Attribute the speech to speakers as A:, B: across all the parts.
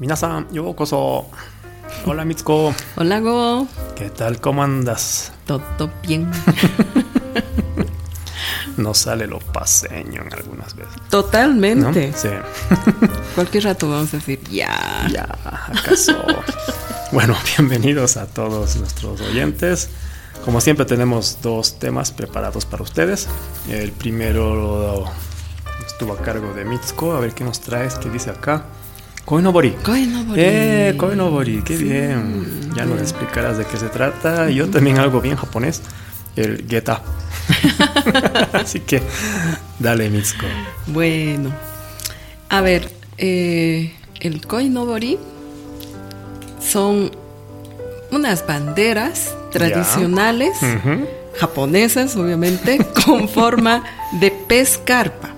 A: 皆さん、ようこそ。Hola, Mitsuko.
B: Hola, Go.
A: ¿Qué tal? ¿Cómo andas?
B: Todo bien.
A: No sale lo paseño en algunas veces. ¿No?
B: Totalmente.
A: Sí.
B: Cualquier rato vamos a decir ya.
A: Ya, acaso. bueno, bienvenidos a todos nuestros oyentes. Como siempre tenemos dos temas preparados para ustedes. El primero estuvo a cargo de Mitsuko. A ver qué nos traes, qué dice acá. Koinobori.
B: Koinobori.
A: Eh, Koinobori, qué
B: Sí.
A: bien. Ya nos explicarás de qué se trata. Yo también algo bien japonés, el Geta. Así que dale, Mitsuko.
B: Bueno. A ver, eh, el koinobori son unas banderas tradicionales
A: Ujú.
B: japonesas, obviamente, con forma de pez carpa.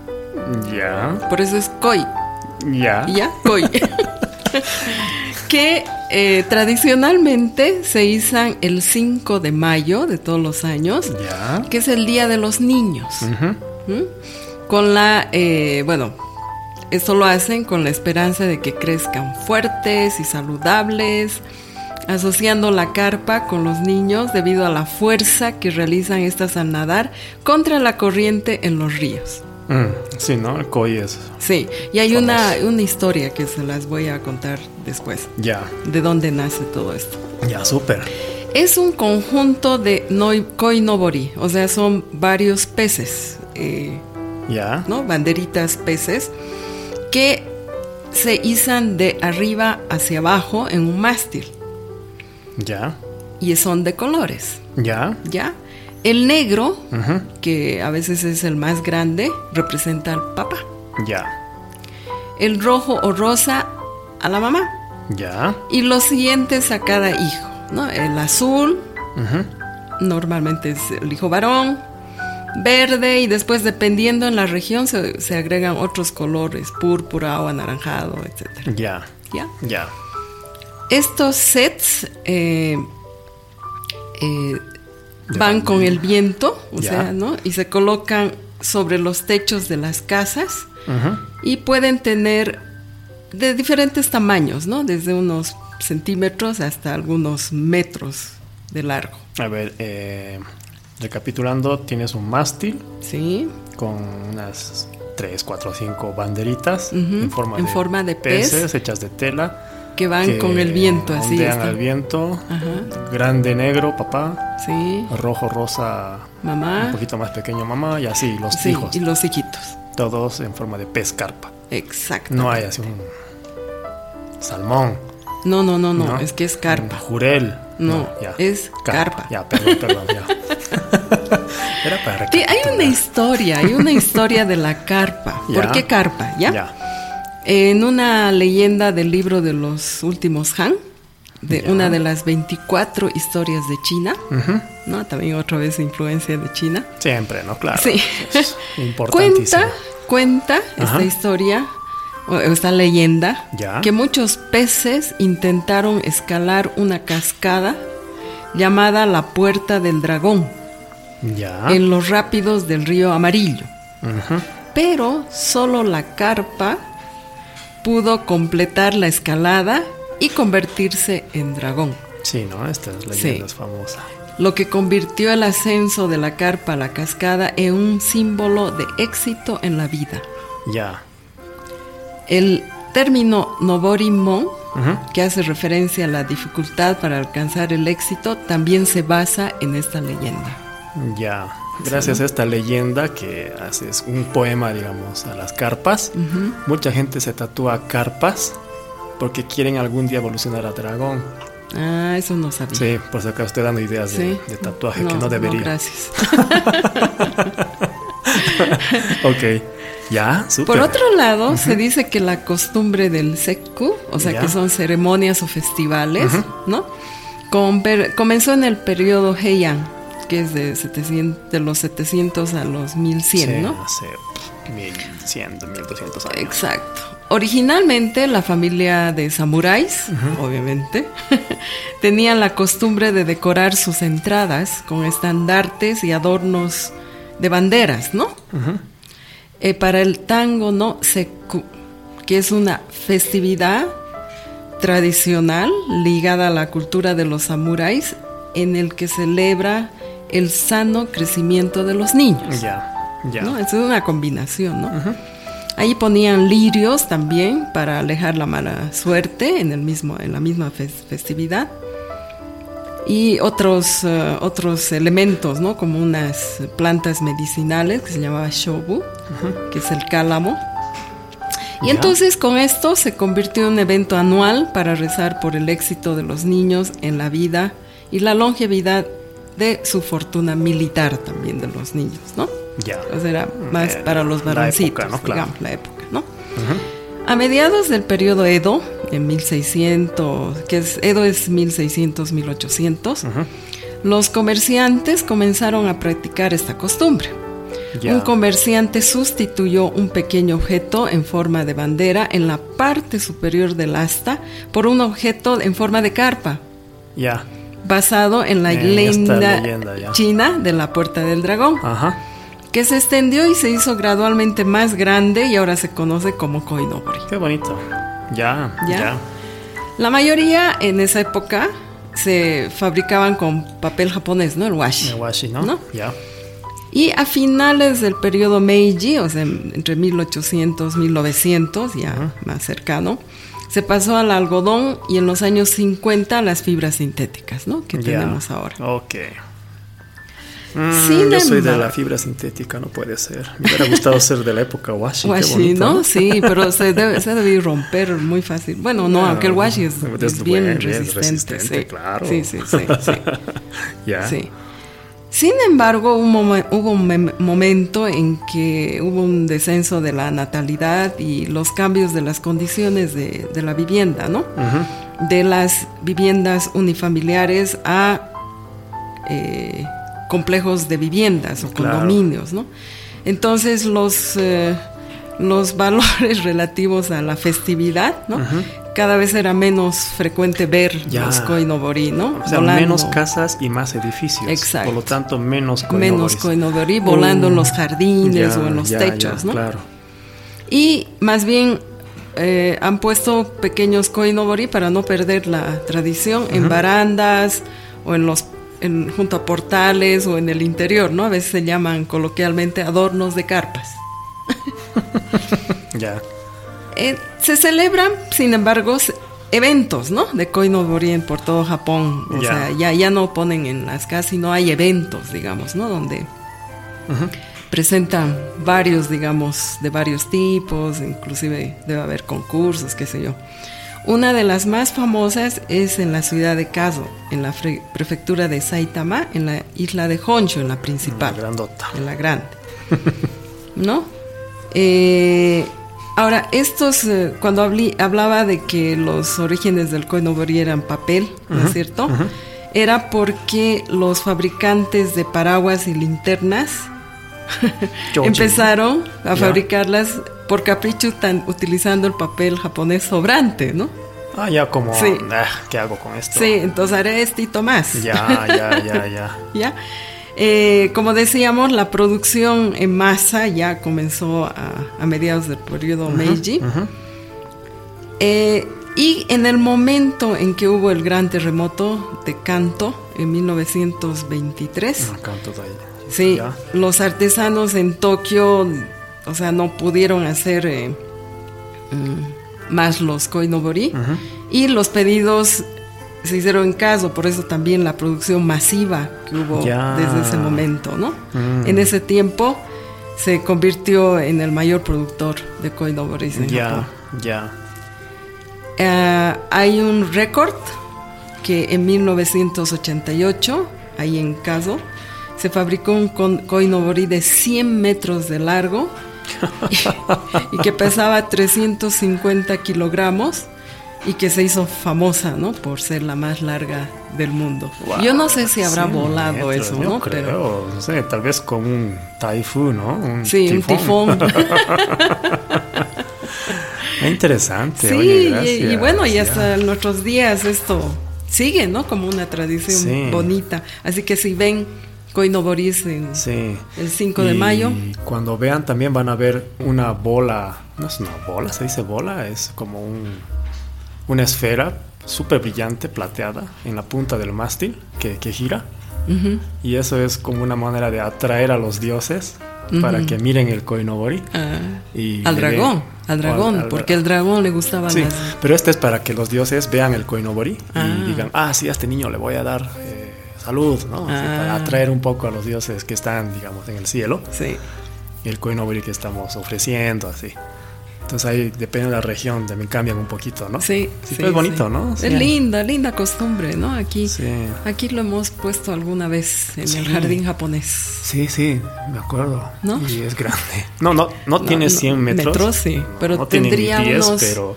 A: Ya,
B: Por eso es koi.
A: ya.
B: Ya, koi. que eh, tradicionalmente se izan el 5 de mayo de todos los años,
A: Ya.
B: que es el Día de los Niños.
A: Ujú.
B: ¿m? Con la, eh, bueno, esto lo hacen con la esperanza de que crezcan fuertes y saludables, asociando la carpa con los niños debido a la fuerza que realizan estas al nadar contra la corriente en los ríos.
A: Mm, sí, ¿no? El koi es.
B: Sí, y hay
A: Famoso.
B: una, una historia que se las voy a contar después,
A: Ya,
B: de dónde nace todo esto.
A: ya, súper.
B: Es un conjunto de noi- koinobori, o sea, son varios peces, eh,
A: Ya.
B: ¿no? Banderitas peces, que se izan de arriba hacia abajo en un mástil
A: Ya.
B: y son de colores,
A: Ya.
B: ¿ya? El negro,
A: Ujú.
B: que a veces es el más grande, representa al papá.
A: Ya.
B: El rojo o rosa a la mamá.
A: Ya.
B: Y los siguientes a cada hijo, ¿no? El azul
A: Ujú.
B: normalmente es el hijo varón, verde y después dependiendo en la región se, se agregan otros colores, púrpura o anaranjado, etc.
A: Ya.
B: ¿Ya?
A: Ya.
B: Estos sets eh, eh, van con el viento, o
A: Ya.
B: sea, ¿no? Y se colocan sobre los techos de las casas
A: Ujú.
B: y pueden tener de diferentes tamaños, ¿no? Desde unos centímetros hasta algunos metros de largo,
A: A ver, eh, recapitulando, tienes un mástil
B: ¿sí?
A: con unas 3, 4, 5 banderitas
B: Ujú,
A: en forma
B: en
A: de,
B: forma de pez.
A: peces hechas de tela.
B: Que van
A: que
B: con el viento, así
A: ondean
B: está.
A: al viento.
B: Ajá,
A: Grande negro, papá.
B: sí,
A: Rojo, rosa, un
B: mamá,
A: poquito más pequeño, mamá. Y así, los
B: Ah. sí,
A: hijos.
B: y los hijitos.
A: Todos en forma de pez carpa.
B: Exacto.
A: No hay así un salmón,
B: No, no, no, no,
A: No.
B: es que es
A: un
B: carpa.
A: jurel.
B: No, es carpa.
A: Ya, perdón, perdón, ya. Era para
B: Que hay una
A: recapitular.
B: historia, hay una historia de la carpa.
A: Ya.
B: ¿Por qué carpa? ¿Ya?
A: Ya,
B: En una leyenda del libro de los últimos Han, de
A: Ya.
B: una de las 24 historias de China,
A: Ujú.
B: ¿no? También otra vez influencia de China.
A: Siempre, ¿no? Claro.
B: Sí.
A: Es importantísimo.
B: Cuenta, cuenta
A: Ajá.
B: esta historia, o esta leyenda,
A: Ya.
B: que muchos peces intentaron escalar una cascada llamada la Puerta del Dragón
A: Ya.
B: en los rápidos del río Amarillo.
A: Ujú.
B: Pero solo la carpa pudo completar la escalada y convertirse en dragón,
A: Sí, ¿no? Esta es la
B: Sí.
A: leyenda es famosa.
B: lo que convirtió el ascenso de la carpa a la cascada en un símbolo de éxito en la vida.
A: Ya.
B: El término noborimon,
A: Ujú.
B: que hace referencia a la dificultad para alcanzar el éxito, también se basa en esta leyenda.
A: Ya. Gracias a esta leyenda que haces un poema, digamos, a las carpas, mucha gente se tatúa carpas porque quieren algún día evolucionar a dragón.
B: Ah, eso no sabía.
A: Sí, por si acaso estoy dando ideas de,
B: Sí.
A: de tatuaje que no debería.
B: gracias.
A: ok, ya, súper.
B: Por otro lado, se dice que la costumbre del Sekku, o sea
A: Ya.
B: que son ceremonias o festivales, ¿no? Com- per- comenzó en el periodo Heian, que es de, 700 de los 700 a los 1100,
A: Sí,
B: ¿no?
A: Hace pff, 1100, 1200 años.
B: Exacto. Originalmente la familia de samuráis, obviamente, tenían la costumbre de decorar sus entradas con estandartes y adornos de banderas, ¿no?
A: Ujú.
B: Eh, para el tango no seku, que es una festividad tradicional ligada a la cultura de los samuráis en el que celebra el sano crecimiento de los niños.
A: Ya, ya.
B: ¿no? Es una combinación, ¿no? Ahí ponían lirios también para alejar la mala suerte en, el mismo, en la misma fes- festividad. Y otros, eh, otros elementos, ¿no? Como unas plantas medicinales que se llamaba shobu, que es el cálamo. Y
A: Ya.
B: entonces con esto se convirtió en un evento anual para rezar por el éxito de los niños en la vida y la longevidad de su fortuna militar también de los niños, ¿no?
A: Ya.
B: O sea, era más
A: Eh,
B: para los
A: la
B: varoncitos,
A: época, ¿no? Claro.
B: digamos, la época, ¿no?
A: Ujú.
B: A mediados del periodo Edo, en 1600, que es, Edo es 1600-1800,
A: Ujú.
B: los comerciantes comenzaron a practicar esta costumbre.
A: Ya.
B: Un comerciante sustituyó un pequeño objeto en forma de bandera en la parte superior del asta por un objeto en forma de carpa,
A: Ya.
B: basado en la
A: En esta
B: leyenda,
A: leyenda, ya.
B: china de la Puerta del Dragón,
A: Ajá.
B: que se extendió y se hizo gradualmente más grande y ahora se conoce como Koinobori.
A: Qué bonito. Ya,
B: Ya.
A: ya.
B: La mayoría en esa época se fabricaban con papel japonés, ¿no? El washi.
A: Me washi, ¿no?
B: ¿No?
A: Ya.
B: Y a finales del periodo Meiji, o sea, entre 1800 1900, ya más cercano, se pasó al algodón y en los años 50 a las fibras sintéticas, ¿no? Que
A: ya.
B: tenemos ahora.
A: Ok. Mm,
B: Sin
A: yo soy de
B: embargo-
A: la fibra sintética, no puede ser. Me hubiera gustado ser de la época washi. qué
B: Washi,
A: bonito,
B: ¿no? Sí, pero se debe, se debe romper muy fácil. Bueno, no, aunque el washi es,
A: Es bueno,
B: es bien
A: es
B: resistente.
A: resistente,
B: sí.
A: claro.
B: Sí, sí, sí, sí.
A: Ya.
B: Sí. Sin embargo, un momen- hubo un mem- momento en que hubo un descenso de la natalidad y los cambios de las condiciones de, de la vivienda, ¿no?
A: Ujú.
B: De las viviendas unifamiliares a eh, complejos de viviendas o
A: Claro.
B: condominios, ¿no? Entonces, los, eh, los valores relativos a la festividad, ¿no? Cada vez era menos frecuente ver
A: Ya.
B: los koinobori, ¿no?
A: O sea,
B: Volando.
A: menos casas y más edificios.
B: Exacto.
A: Por lo tanto, menos coinodoris.
B: menos coinodori volando en los jardines
A: Ya,
B: o en los
A: ya,
B: techos,
A: ya,
B: ¿no?
A: Claro.
B: Y más bien eh, han puesto pequeños koinobori para no perder la tradición en barandas o en los en- junto a portales o en el interior, ¿no? A veces se llaman coloquialmente adornos de carpas.
A: Ya.
B: Eh, se celebran, sin embargo, se- eventos, ¿no? De koinobori en- por todo Japón. O
A: Ya.
B: sea, ya, ya no ponen en las casas, sino hay eventos, digamos, ¿no? Donde
A: Ujú.
B: presentan varios, digamos, de varios tipos, inclusive debe haber concursos, qué sé yo. Una de las más famosas es en la ciudad de Kazo, en la fre- prefectura de Saitama, en la isla de Honshu, en la
A: La
B: principal,
A: grandota.
B: en la grande. ¿No? Eh, ahora, estos, eh, cuando hablí- hablaba de que los orígenes del koinobori eran papel, ¿no es cierto? Era porque los fabricantes de paraguas y linternas
A: Yo-
B: empezaron
A: Ya.
B: a fabricarlas por capricho tan, utilizando el papel japonés sobrante, ¿no?
A: Ah, ya como.
B: Sí.
A: ah, ¿Qué hago con esto?
B: Sí, entonces este haré estito más.
A: Ya, ya, ya, ya.
B: ¿Ya? Eh, como decíamos, la producción en masa ya comenzó a, a mediados del periodo Meiji.
A: ujú.
B: Eh, y en el momento en que hubo el gran terremoto de Kanto en 1923,
A: Me canto de ahí.
B: Sí,
A: Ya.
B: los artesanos en Tokio, o sea, no pudieron hacer eh, mm, más los koinobori
A: Ujú.
B: y los pedidos se hicieron en caso, por eso también la producción masiva que hubo
A: Ya.
B: desde ese momento, ¿no?
A: Mm.
B: En ese tiempo se convirtió en el mayor productor de koinobori en Japón.
A: Ya, ya.
B: Eh, hay un récord que en 1988, ahí en Caso, se fabricó un con- koinobori de 100 metros de largo y, y que pesaba 350 kilogramos y que se hizo famosa, ¿no? Por ser la más larga del mundo.
A: Wow,
B: Yo no sé si habrá
A: 100
B: volado
A: metros,
B: eso,
A: yo
B: ¿no?
A: Creo, no sé, tal vez con un taifú, ¿no? Un
B: sí, un tifón.
A: Qué Interesante,
B: Sí,
A: oye,
B: y-
A: gracias.
B: y, bueno, y
A: ya.
B: hasta nuestros días esto sigue, ¿no? Como una tradición
A: Sí.
B: bonita. Así que si ven Coinoboris en
A: Sí.
B: el 5 de
A: Y
B: mayo,
A: Cuando vean también van a ver una bola. No es una bola, se dice bola, es como un. una esfera súper brillante, plateada, en la punta del mástil que, que gira. Uh -huh. Y eso es como una manera de atraer a los dioses uh -huh. para que miren el Koinobori.
B: Ah. Y al dragón, al dragón, al, al, porque el dragón le gustaba
A: sí,
B: las...
A: Pero este es para que los dioses vean el Koinobori ah. y digan, ah, sí, a este niño le voy a dar eh, salud, ¿no? Ah. Así, para atraer un poco a los dioses que están, digamos, en el cielo.
B: Sí.
A: Y el Koinobori que estamos ofreciendo, así. Entonces ahí depende de la región, también cambian un poquito, ¿no?
B: Sí,
A: sí, sí es bonito,
B: sí.
A: ¿no?
B: Es linda, linda costumbre, ¿no? Aquí, aquí lo hemos puesto alguna vez en el jardín japonés.
A: Sí, sí, me acuerdo.
B: ¿No?
A: Y es grande. No, no, no, no tiene 100 metros.
B: Metros, sí, pero
A: no
B: tendría
A: tiene 10,
B: unos...
A: Pero...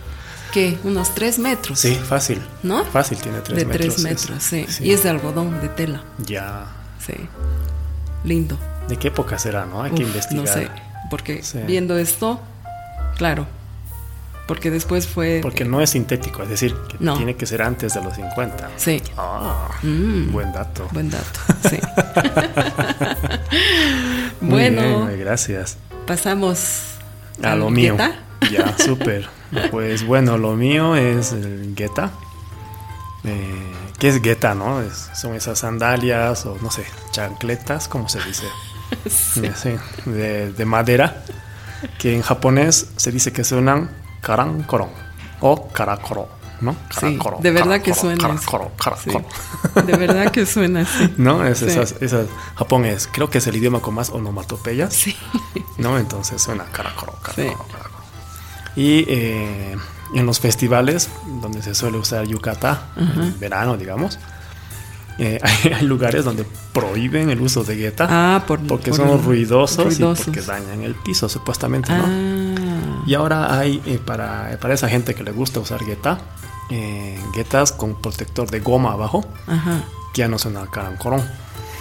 B: ¿Qué? Unos 3 metros.
A: Sí, fácil.
B: ¿No?
A: Fácil, tiene 3
B: metros.
A: De 3
B: metros, metros sí. Y es de algodón, de tela.
A: Ya.
B: Sí. Lindo.
A: ¿De qué época será, no? Hay Uf, que investigar.
B: No sé, porque viendo esto... Claro. Porque después fue.
A: Porque no es sintético, es decir, que
B: no.
A: tiene que ser antes de los 50.
B: Sí.
A: Oh, mm. Buen dato.
B: Buen dato, sí. bueno.
A: Bien, gracias.
B: Pasamos
A: a Ah, lo mío. Geta. Ya, súper. pues bueno, lo mío es el Geta. Eh, ¿Qué es Geta, no? Es, son esas sandalias o no sé, chancletas, ¿cómo se dice?
B: sí.
A: sí de, de madera que en japonés se dice que suenan karankoron o karakoro, ¿no? Karakoro,
B: sí, de verdad que
A: suena
B: karakoro,
A: karakoro,
B: sí, de verdad que suena así.
A: ¿No? Es, sí. esas, esas, Japón es, creo que es el idioma con más onomatopeyas.
B: Sí.
A: ¿No? Entonces suena karakoro, karakoro, karakoro. Y eh, en los festivales donde se suele usar yukata, uh -huh. en verano, digamos, eh, hay, hay, lugares donde prohíben el uso de gueta
B: ah, por,
A: porque
B: por
A: son ruidosos, ruidosos, y porque dañan el piso supuestamente ¿no?
B: Ah.
A: y ahora hay eh, para, para esa gente que le gusta usar gueta eh, guetas con protector de goma abajo
B: Ah, Ajá.
A: que ya no son carancorón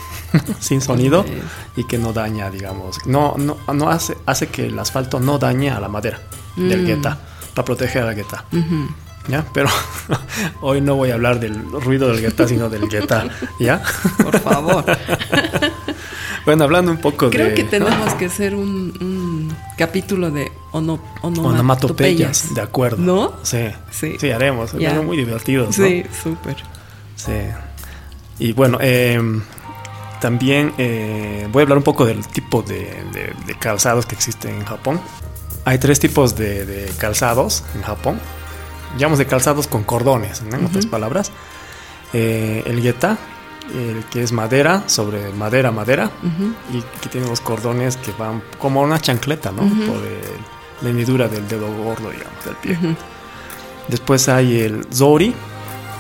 A: sin sonido okay. y que no daña digamos no no, no hace, hace que el asfalto no dañe a la madera mm. del gueta para proteger a la gueta
B: uh -huh.
A: ¿ya? Pero hoy no voy a hablar del ruido del gueta, sino del gueta, ¿ya?
B: Por favor.
A: Bueno, hablando un poco
B: Creo
A: de...
B: Creo que tenemos que hacer un, un capítulo de ono,
A: onomatopeyas. De acuerdo.
B: ¿No?
A: Sí.
B: Sí,
A: sí haremos.
B: Yeah.
A: Bueno, muy divertidos,
B: ¿no? Sí, súper.
A: Sí. Y bueno, eh, también eh, voy a hablar un poco del tipo de, de, de, calzados que existen en Japón. Hay tres tipos de, de calzados en Japón llamamos de calzados con cordones, ¿no? en uh -huh. otras palabras. Eh, el gueta, el que es madera sobre madera, madera,
B: uh -huh.
A: y que tiene los cordones que van como una chancleta, ¿no? Uh -huh. Por el, la hendidura del dedo gordo, digamos, del pie. Después hay el zori,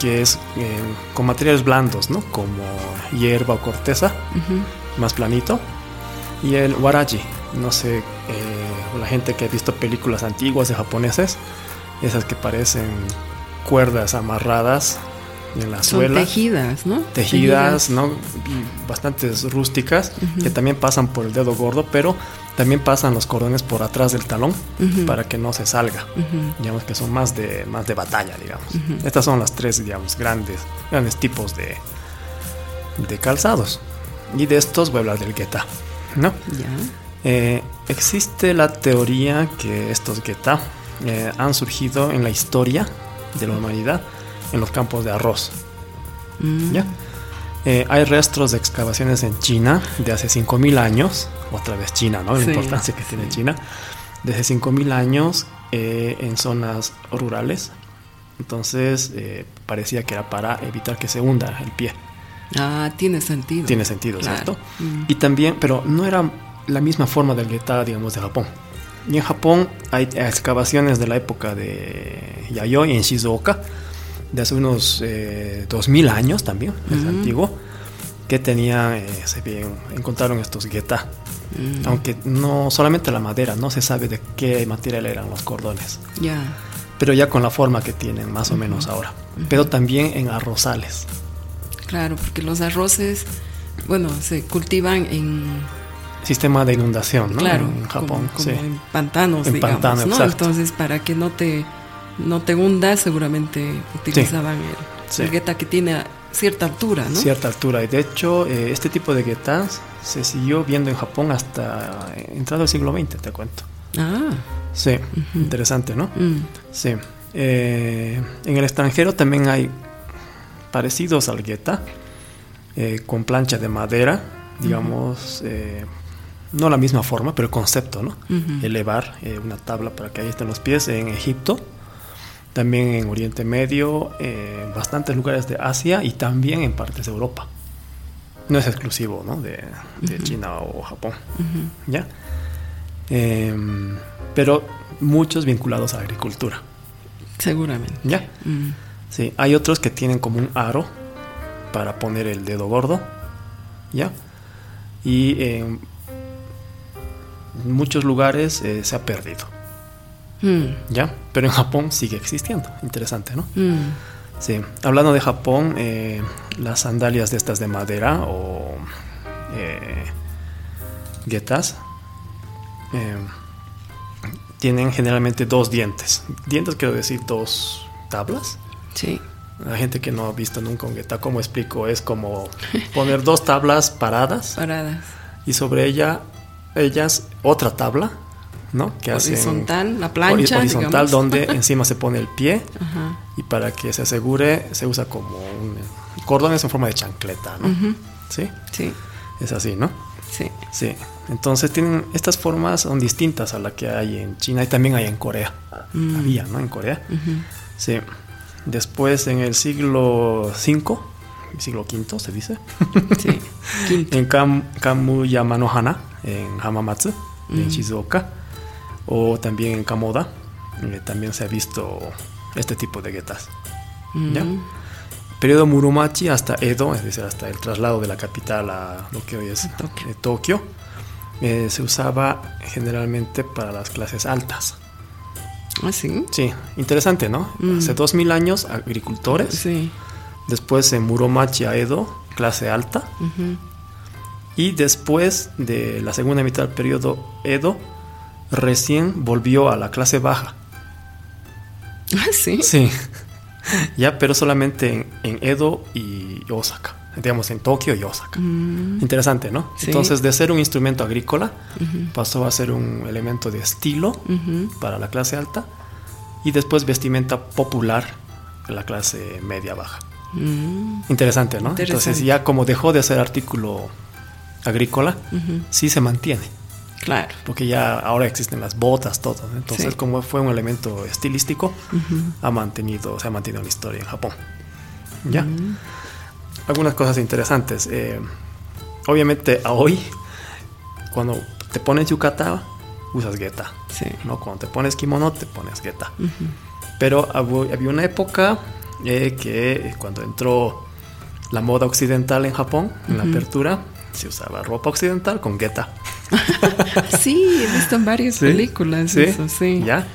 A: que es eh, con materiales blandos, ¿no? Como hierba o corteza, más planito. Y el waraji, no sé, eh, la gente que ha visto películas antiguas de japoneses, esas que parecen cuerdas amarradas en la
B: Son
A: suela.
B: Tejidas, ¿no?
A: Tejidas, tejidas. ¿no? Bastantes rústicas, uh -huh. que también pasan por el dedo gordo, pero también pasan los cordones por atrás del talón uh -huh. para que no se salga.
B: Uh -huh.
A: Digamos que son más de, más de batalla, digamos. Estas son las tres, digamos, grandes, grandes tipos de, de calzados. Y de estos voy a hablar del gueta, ¿no?
B: Yeah.
A: Eh, existe la teoría que estos gueta eh, han surgido en la historia de la humanidad en los campos de arroz.
B: Mm.
A: ¿Ya? Eh, hay restos de excavaciones en China de hace 5.000 años, otra vez China, ¿no? La
B: sí,
A: importancia que
B: sí.
A: tiene China, desde 5.000 años eh, en zonas rurales. Entonces eh, parecía que era para evitar que se hunda el pie.
B: Ah, tiene sentido.
A: Tiene sentido,
B: claro.
A: ¿cierto?
B: Mm.
A: Y también, pero no era la misma forma de gueta, digamos, de Japón. Y en Japón hay excavaciones de la época de Yayoi en Shizuoka, de hace unos eh, 2000 años también, es
B: Mm.
A: antiguo, que tenía, eh, se bien, encontraron estos gueta.
B: Mm.
A: Aunque no solamente la madera, no se sabe de qué material eran los cordones,
B: Ya.
A: pero ya con la forma que tienen más o menos ahora. Pero también en arrozales.
B: Claro, porque los arroces, bueno, se cultivan en,
A: Sistema de inundación, ¿no?
B: claro,
A: en Japón,
B: como, como
A: sí.
B: en pantanos,
A: En
B: digamos,
A: pantano,
B: ¿no?
A: exacto.
B: Entonces, para que no te no te hundas, seguramente utilizaban el,
A: Sí.
B: el gueta que tiene a cierta altura, ¿no?
A: cierta altura. Y de hecho, eh, este tipo de guetas se siguió viendo en Japón hasta eh, entrado el siglo XX, te cuento.
B: Ah,
A: Sí, interesante, ¿no?
B: mm,
A: Sí. Eh, en el extranjero también hay parecidos al gueta, eh, con plancha de madera, digamos, eh, no la misma forma, pero el concepto, ¿no?
B: Ujú.
A: Elevar eh, una tabla para que ahí estén los pies en Egipto, también en Oriente Medio, eh, bastantes lugares de Asia y también en partes de Europa. No es exclusivo, ¿no? De, de China o Japón, ¿ya? Em, pero muchos vinculados a agricultura,
B: Seguramente.
A: ¿ya?
B: Mm.
A: Sí, hay otros que tienen como un aro para poner el dedo gordo, ¿ya? Y en muchos lugares eh, se ha perdido,
B: Mm.
A: ¿ya? Pero en Japón sigue existiendo, interesante, ¿no?
B: Mm.
A: Sí, hablando de Japón, eh, las sandalias de estas de madera o eh, guetas eh, tienen generalmente dos dientes. Dientes quiero decir dos tablas.
B: Sí.
A: La gente que no ha visto nunca un gueta, como explico, es como poner dos tablas paradas
B: Paradas.
A: y sobre ella, ellas otra tabla, ¿no? Que hacen
B: Horizontal, la
A: hori-
B: plancha.
A: horizontal,
B: digamos.
A: donde encima se pone el pie
B: Ajá.
A: y para que se asegure se usa como un cordón en forma de chancleta, ¿no?
B: Ujú.
A: Sí,
B: Sí,
A: es así, ¿no?
B: sí.
A: Sí. Entonces tienen estas formas son distintas a las que hay en China y también hay en Corea.
B: Mm.
A: Había, ¿no? En Corea.
B: Ujú.
A: Sí. Después en el siglo V, siglo V se dice,
B: Sí. Quinto.
A: en Kam, Kamuyamanohana, en Hamamatsu, en
B: Ujú.
A: Shizuoka, o también en Kamoda, eh, también se ha visto este tipo de guetas. ¿Ya?
B: Mm.
A: Periodo Muromachi hasta Edo, es decir, hasta el traslado de la capital a lo que hoy es
B: A Tokio.
A: eh, Tokio, eh, se usaba generalmente para las clases altas.
B: ¿Ah, sí?
A: Sí, interesante, ¿no?
B: Mm.
A: Hace 2000 años, agricultores,
B: Sí.
A: después en Muromachi a Edo, clase alta,
B: Ujú.
A: y después de la segunda mitad del periodo Edo, recién volvió a la clase baja.
B: ¿Ah, sí?
A: Sí. ya, pero solamente en, en Edo y Osaka. Digamos, en Tokio y Osaka.
B: Mm.
A: Interesante, ¿no?
B: Sí.
A: Entonces, de ser un instrumento agrícola,
B: Ujú.
A: pasó a ser un elemento de estilo
B: Ujú.
A: para la clase alta y después vestimenta popular de la clase media-baja.
B: Mm.
A: Interesante, ¿no? Entonces,
B: Interesante.
A: ya como dejó de ser artículo agrícola,
B: Ujú.
A: sí se mantiene.
B: Claro.
A: porque ya ahora existen las botas, todo. ¿no? Entonces,
B: Sí.
A: como fue un elemento estilístico,
B: Ujú.
A: ha mantenido, se ha mantenido la historia en Japón. ¿Ya?
B: Mm.
A: Algunas cosas interesantes. eh, obviamente, a hoy, cuando te pones yukata, usas geta.
B: Sí.
A: ¿no? Cuando te pones kimono, te pones geta.
B: Ujú.
A: Pero hab- había una época eh, que cuando entró la moda occidental en Japón, en la apertura, se usaba ropa occidental con geta.
B: Sí, he visto en varias
A: Sí,
B: películas
A: sí,
B: eso, sí.
A: Ya.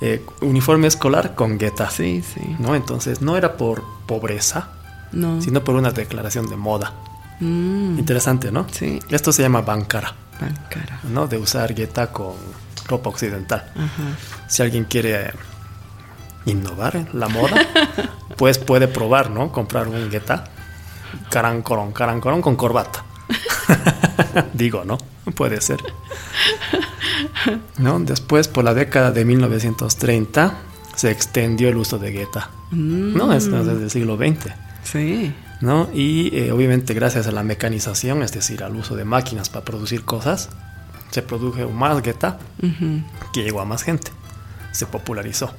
A: Eh, uniforme escolar con gueta.
B: Sí, sí.
A: ¿no? Entonces no era por pobreza,
B: No.
A: sino por una declaración de moda.
B: Mm.
A: Interesante, ¿no?
B: Sí.
A: Esto se llama bankara,
B: Bancara.
A: ¿no? De usar gueta con ropa occidental.
B: Ajá.
A: Si alguien quiere eh, innovar en la moda, pues puede probar, ¿no? Comprar un gueta carancorón, carancorón con corbata. Digo, ¿no? Puede ser. ¿No? Después, por la década de 1930, se extendió el uso de gueta.
B: Mm.
A: ¿No? Es es del siglo XX.
B: Sí.
A: ¿no? Y eh, obviamente gracias a la mecanización, es decir, al uso de máquinas para producir cosas, se produjo más gueta
B: Ujú.
A: que llegó a más gente. Se popularizó,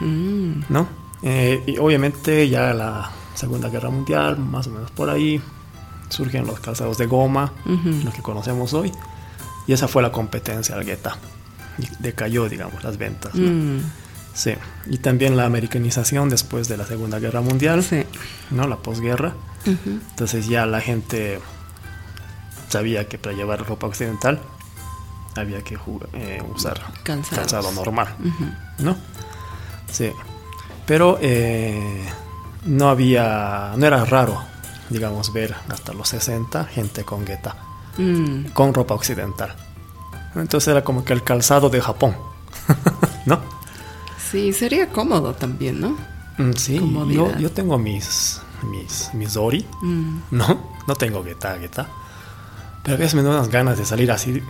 B: Mm.
A: ¿no? Eh, y obviamente ya la Segunda Guerra Mundial, más o menos por ahí, surgen los calzados de goma,
B: Ujú.
A: los que conocemos hoy, y esa fue la competencia al gueta. Y decayó, digamos, las ventas. ¿no?
B: Mm.
A: Sí. Y también la americanización después de la Segunda Guerra Mundial,
B: Sí.
A: ¿no? La posguerra.
B: Ujú.
A: Entonces ya la gente sabía que para llevar ropa occidental había que ju- eh, usar
B: Calzados.
A: calzado normal,
B: Ujú.
A: ¿no? Sí. Pero eh, no había, no era raro, digamos, ver hasta los 60 gente con gueta,
B: Mm.
A: con ropa occidental. Entonces era como que el calzado de Japón, ¿no?
B: Sí, sería cómodo también, ¿no?
A: Mm, Sí, yo,
B: Comodidad.
A: yo tengo mis, mis, mis Dori,
B: Mm.
A: No, no tengo gueta, gueta. Pero a veces me dan unas ganas de salir así,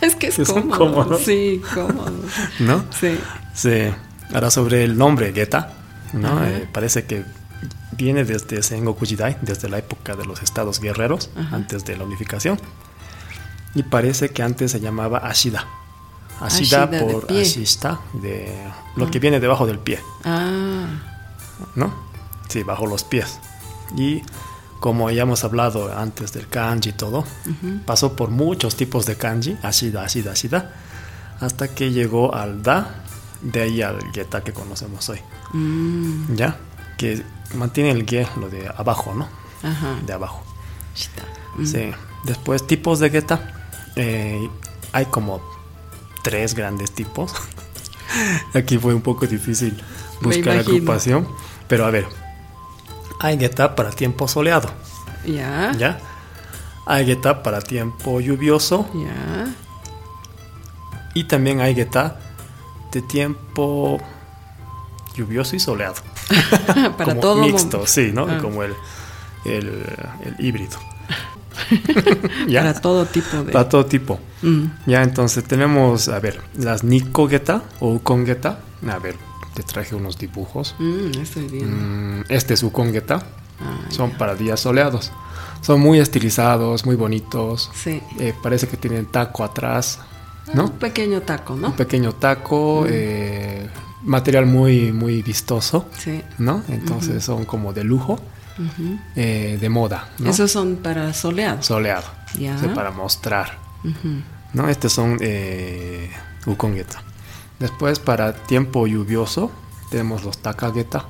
B: Es que es
A: Que son
B: cómodo.
A: cómodos.
B: Sí, cómodo.
A: ¿no?
B: Sí.
A: Sí. Ahora sobre el nombre Geta, ¿no? Eh, parece que viene desde Sengoku Jidai, desde la época de los estados guerreros,
B: Ajá.
A: antes de la unificación. Y parece que antes se llamaba Ashida. Ashida,
B: Ashida de
A: por
B: pie.
A: Ashista, de lo que viene debajo del pie,
B: Ah,
A: ¿no? Sí, bajo los pies. Y como ya hemos hablado antes del kanji y todo, pasó por muchos tipos de kanji, Ashida, Ashida, Ashida, hasta que llegó al Da, de ahí al Geta que conocemos hoy.
B: mm,
A: ¿Ya? Que mantiene el ge, lo de abajo, ¿no?
B: ajá.
A: De abajo.
B: Shita. Mm,
A: Sí. Después, tipos de geta. Eh, hay como tres grandes tipos. Aquí fue un poco difícil
B: Me
A: buscar
B: imagino.
A: agrupación. Pero a ver. Hay geta para tiempo soleado,
B: Ya. Ya.
A: ¿ya? Hay geta para tiempo lluvioso. Y también hay geta de tiempo lluvioso y soleado.
B: Para
A: Ah, como
B: todo. mo-
A: mixto, sí, ¿no?
B: Ah.
A: Como el, el, el híbrido. ¿Ya?
B: Para todo tipo de.
A: Para todo tipo.
B: Mm,
A: Ya, entonces tenemos, a ver, las Nikogeta o Ukongeta. A ver, te traje unos dibujos.
B: mm, estoy viendo.
A: Mm, Este es Ukongeta.
B: Ah,
A: Son para días soleados. Son muy estilizados, muy bonitos.
B: sí.
A: Eh, parece que tienen taco atrás, ¿no?
B: Un pequeño taco, Ah, ¿no? Mm.
A: Un pequeño taco, eh, material muy, muy vistoso,
B: Sí.
A: ¿no? Entonces son como de lujo,
B: ujú.
A: eh, de moda, ¿no?
B: Esos son para soleados.
A: Soleado.
B: Ya.
A: O sea, para mostrar.
B: Ujú.
A: ¿no? Estos son eh, Ukongeta. Después, para tiempo lluvioso, tenemos los Takageta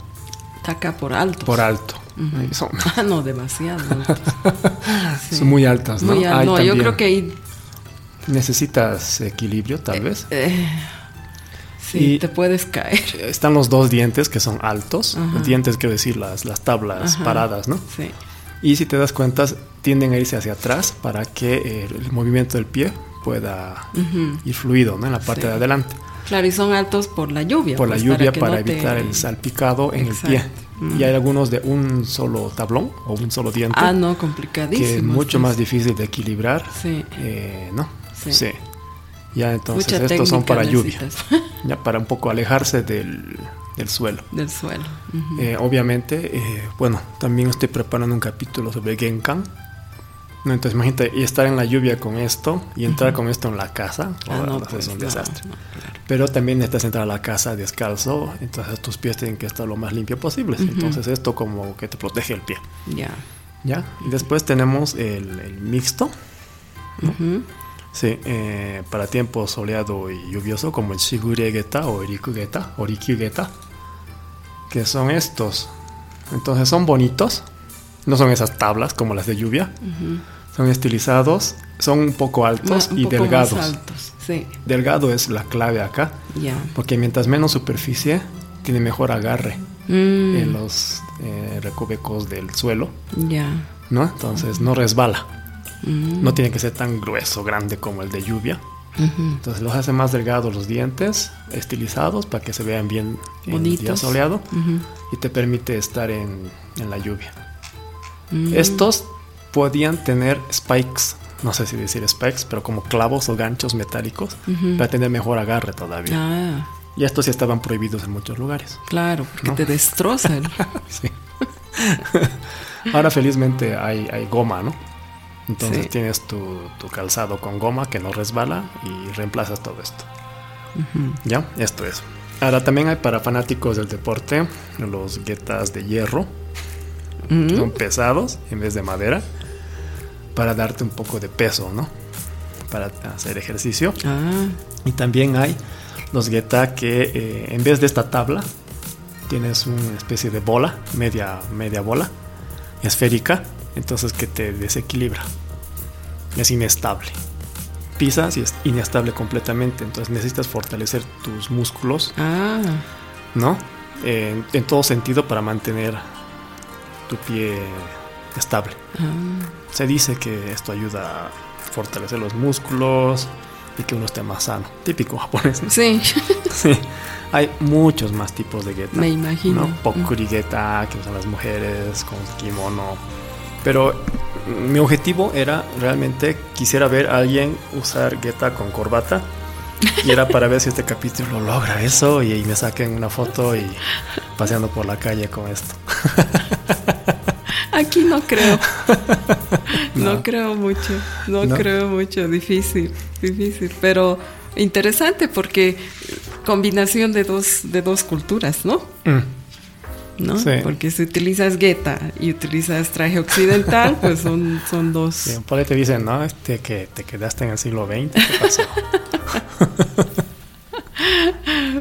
B: Taca por alto.
A: por alto.
B: Ujú.
A: Eh, Son,
B: Ah, no, demasiado. altos. Sí.
A: son muy altas, ¿no?
B: Muy al-
A: Hay
B: no, yo
A: también-
B: creo que ahí.
A: Necesitas equilibrio, tal vez.
B: eh, sí,
A: Y-
B: te puedes caer.
A: Están los dos dientes que son altos.
B: Ajá.
A: Dientes, quiero decir, las, las tablas
B: Ajá.
A: paradas, ¿no?
B: Sí.
A: Y si te das cuenta, tienden a irse hacia atrás para que eh, el movimiento del pie pueda
B: Ujú.
A: ir fluido, ¿no? En la parte
B: Sí.
A: de adelante.
B: Claro, y son altos por la lluvia.
A: por la
B: pues,
A: lluvia
B: que
A: para,
B: no te-
A: evitar el salpicado en
B: Exacto. Mm.
A: el pie. Y hay algunos de un solo tablón o un solo diente
B: Ah, no,
A: que
B: complicadísimo.
A: es mucho
B: sí.
A: más difícil de equilibrar.
B: Sí.
A: Eh, ¿No?
B: Sí.
A: Sí. Ya entonces
B: Mucha
A: estos son
B: técnica
A: para lluvia,
B: necesitas
A: ya para un poco alejarse del, del suelo.
B: Del suelo. Ujú.
A: Eh, obviamente, eh, bueno, también estoy preparando un capítulo sobre Genkan. No, entonces imagínate y estar en la lluvia con esto y entrar con esto en la casa.
B: Ah,
A: ahora,
B: no,
A: pues,
B: pues,
A: es un
B: no,
A: desastre.
B: no, claro.
A: Pero también necesitas entrar a la casa descalzo, entonces tus pies tienen que estar lo más limpios posibles. Entonces esto como que te protege el pie.
B: Ya.
A: ¿Ya? Y después tenemos el, el mixto,
B: Ujú.
A: sí, eh, para tiempo soleado y lluvioso, como el shiguregeta o erikugeta o rikyugeta, que son estos. Entonces son bonitos, no son esas tablas como las de lluvia, son estilizados, son un poco altos
B: Ma- Ah, un
A: y
B: poco más
A: delgados.
B: altos. Sí,
A: Delgado es la clave acá.
B: ya.
A: Porque mientras menos superficie, tiene mejor agarre
B: Mm,
A: en los eh, recovecos del suelo,
B: Ya.
A: ¿no? Entonces no resbala.
B: Mm,
A: No tiene que ser tan grueso, grande como el de lluvia.
B: ujú.
A: Entonces los hace más delgados los dientes, estilizados para que se vean bien en el día
B: Bonitos.
A: soleado
B: Ujú.
A: y te permite estar en, en la lluvia.
B: Mm,
A: Estos podían tener spikes, no sé si decir spikes, pero como clavos o ganchos metálicos
B: Ujú.
A: para tener mejor agarre todavía.
B: Mm. Ah,
A: Y estos sí estaban prohibidos en muchos lugares.
B: claro, porque
A: No.
B: te destroza el-
A: Sí. Ahora felizmente hay, hay goma, ¿no? Entonces
B: Sí.
A: tienes tu, tu calzado con goma que no resbala y reemplazas todo esto.
B: Ujú.
A: ¿Ya? Esto es. Ahora también hay para fanáticos del deporte los guetas de hierro.
B: Mm,
A: Son pesados en vez de madera para darte un poco de peso, ¿no? Para hacer ejercicio.
B: Ah,
A: Y también hay los gueta que eh, en vez de esta tabla tienes una especie de bola, media, media bola, esférica, entonces que te desequilibra. Es inestable. Pisas y es inestable completamente, entonces necesitas fortalecer tus músculos,
B: ah,
A: ¿no? En- en todo sentido para mantener tu pie estable.
B: ah,
A: Se dice que esto ayuda a fortalecer los músculos y que uno esté más sano. Típico japonés, ¿no?
B: Sí,
A: Sí. Hay muchos más tipos de geta.
B: me imagino.
A: ¿no? Pokuri geta, que usan las mujeres con kimono. Pero mm, mi objetivo era realmente quisiera ver a alguien usar geta con corbata Y era para ver si este capítulo logra eso y, y me saquen una foto y paseando por la calle con esto.
B: Aquí no creo. No, creo mucho, no,
A: No.
B: creo mucho, difícil, difícil, pero interesante porque combinación de dos de dos culturas, ¿no?
A: Mm.
B: ¿No?
A: Sí.
B: Porque si utilizas gueta y utilizas traje occidental, pues son son dos.
A: Sí, por ahí te dicen, no, este, que te quedaste en el siglo XX, ¿qué pasó?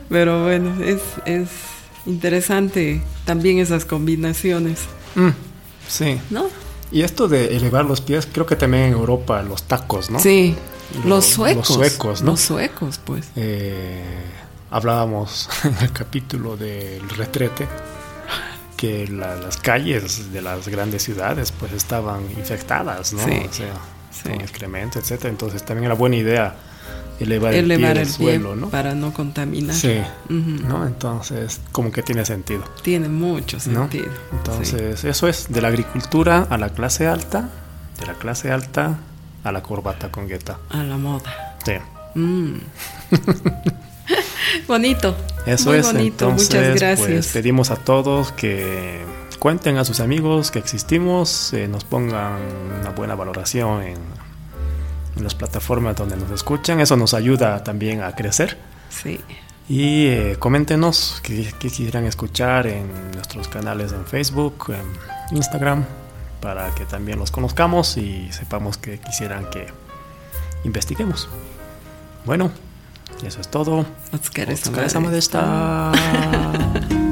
B: Pero bueno, es es interesante también esas combinaciones,
A: Mm, sí.
B: ¿no?
A: Y esto de elevar los pies, creo que también en Europa los tacos, ¿no?
B: Sí.
A: Los-
B: Los suecos.
A: los suecos, ¿no?
B: Los suecos, pues.
A: Eh, hablábamos en el capítulo del retrete que la- las calles de las grandes ciudades pues estaban infectadas, ¿no?
B: Sí,
A: o sea,
B: sí.
A: con excremento, etcétera. Entonces también era buena idea elevar, el pie
B: Elevar el
A: del
B: pie
A: suelo, ¿no?
B: para no contaminar.
A: Sí,
B: Ujú.
A: ¿no? Entonces, como que tiene sentido.
B: Tiene mucho
A: ¿no?
B: sentido. sí.
A: Entonces, eso es de la agricultura a la clase alta, de la clase alta a la corbata con gueta.
B: A la moda.
A: Sí.
B: Mm. bonito.
A: Eso
B: Muy
A: es.
B: bonito.
A: Entonces,
B: Muchas
A: pues,
B: gracias.
A: pedimos a todos que cuenten a sus amigos que existimos, eh, nos pongan una buena valoración en, en las plataformas donde nos escuchan. Eso nos ayuda también a crecer.
B: sí.
A: Y eh, coméntenos qué, qué quisieran escuchar en nuestros canales en Facebook, en Instagram, para que también los conozcamos y sepamos qué quisieran que investiguemos. Bueno, eso es todo.
B: Otsukaresama
A: Otsukaresama
B: de-
A: deshita.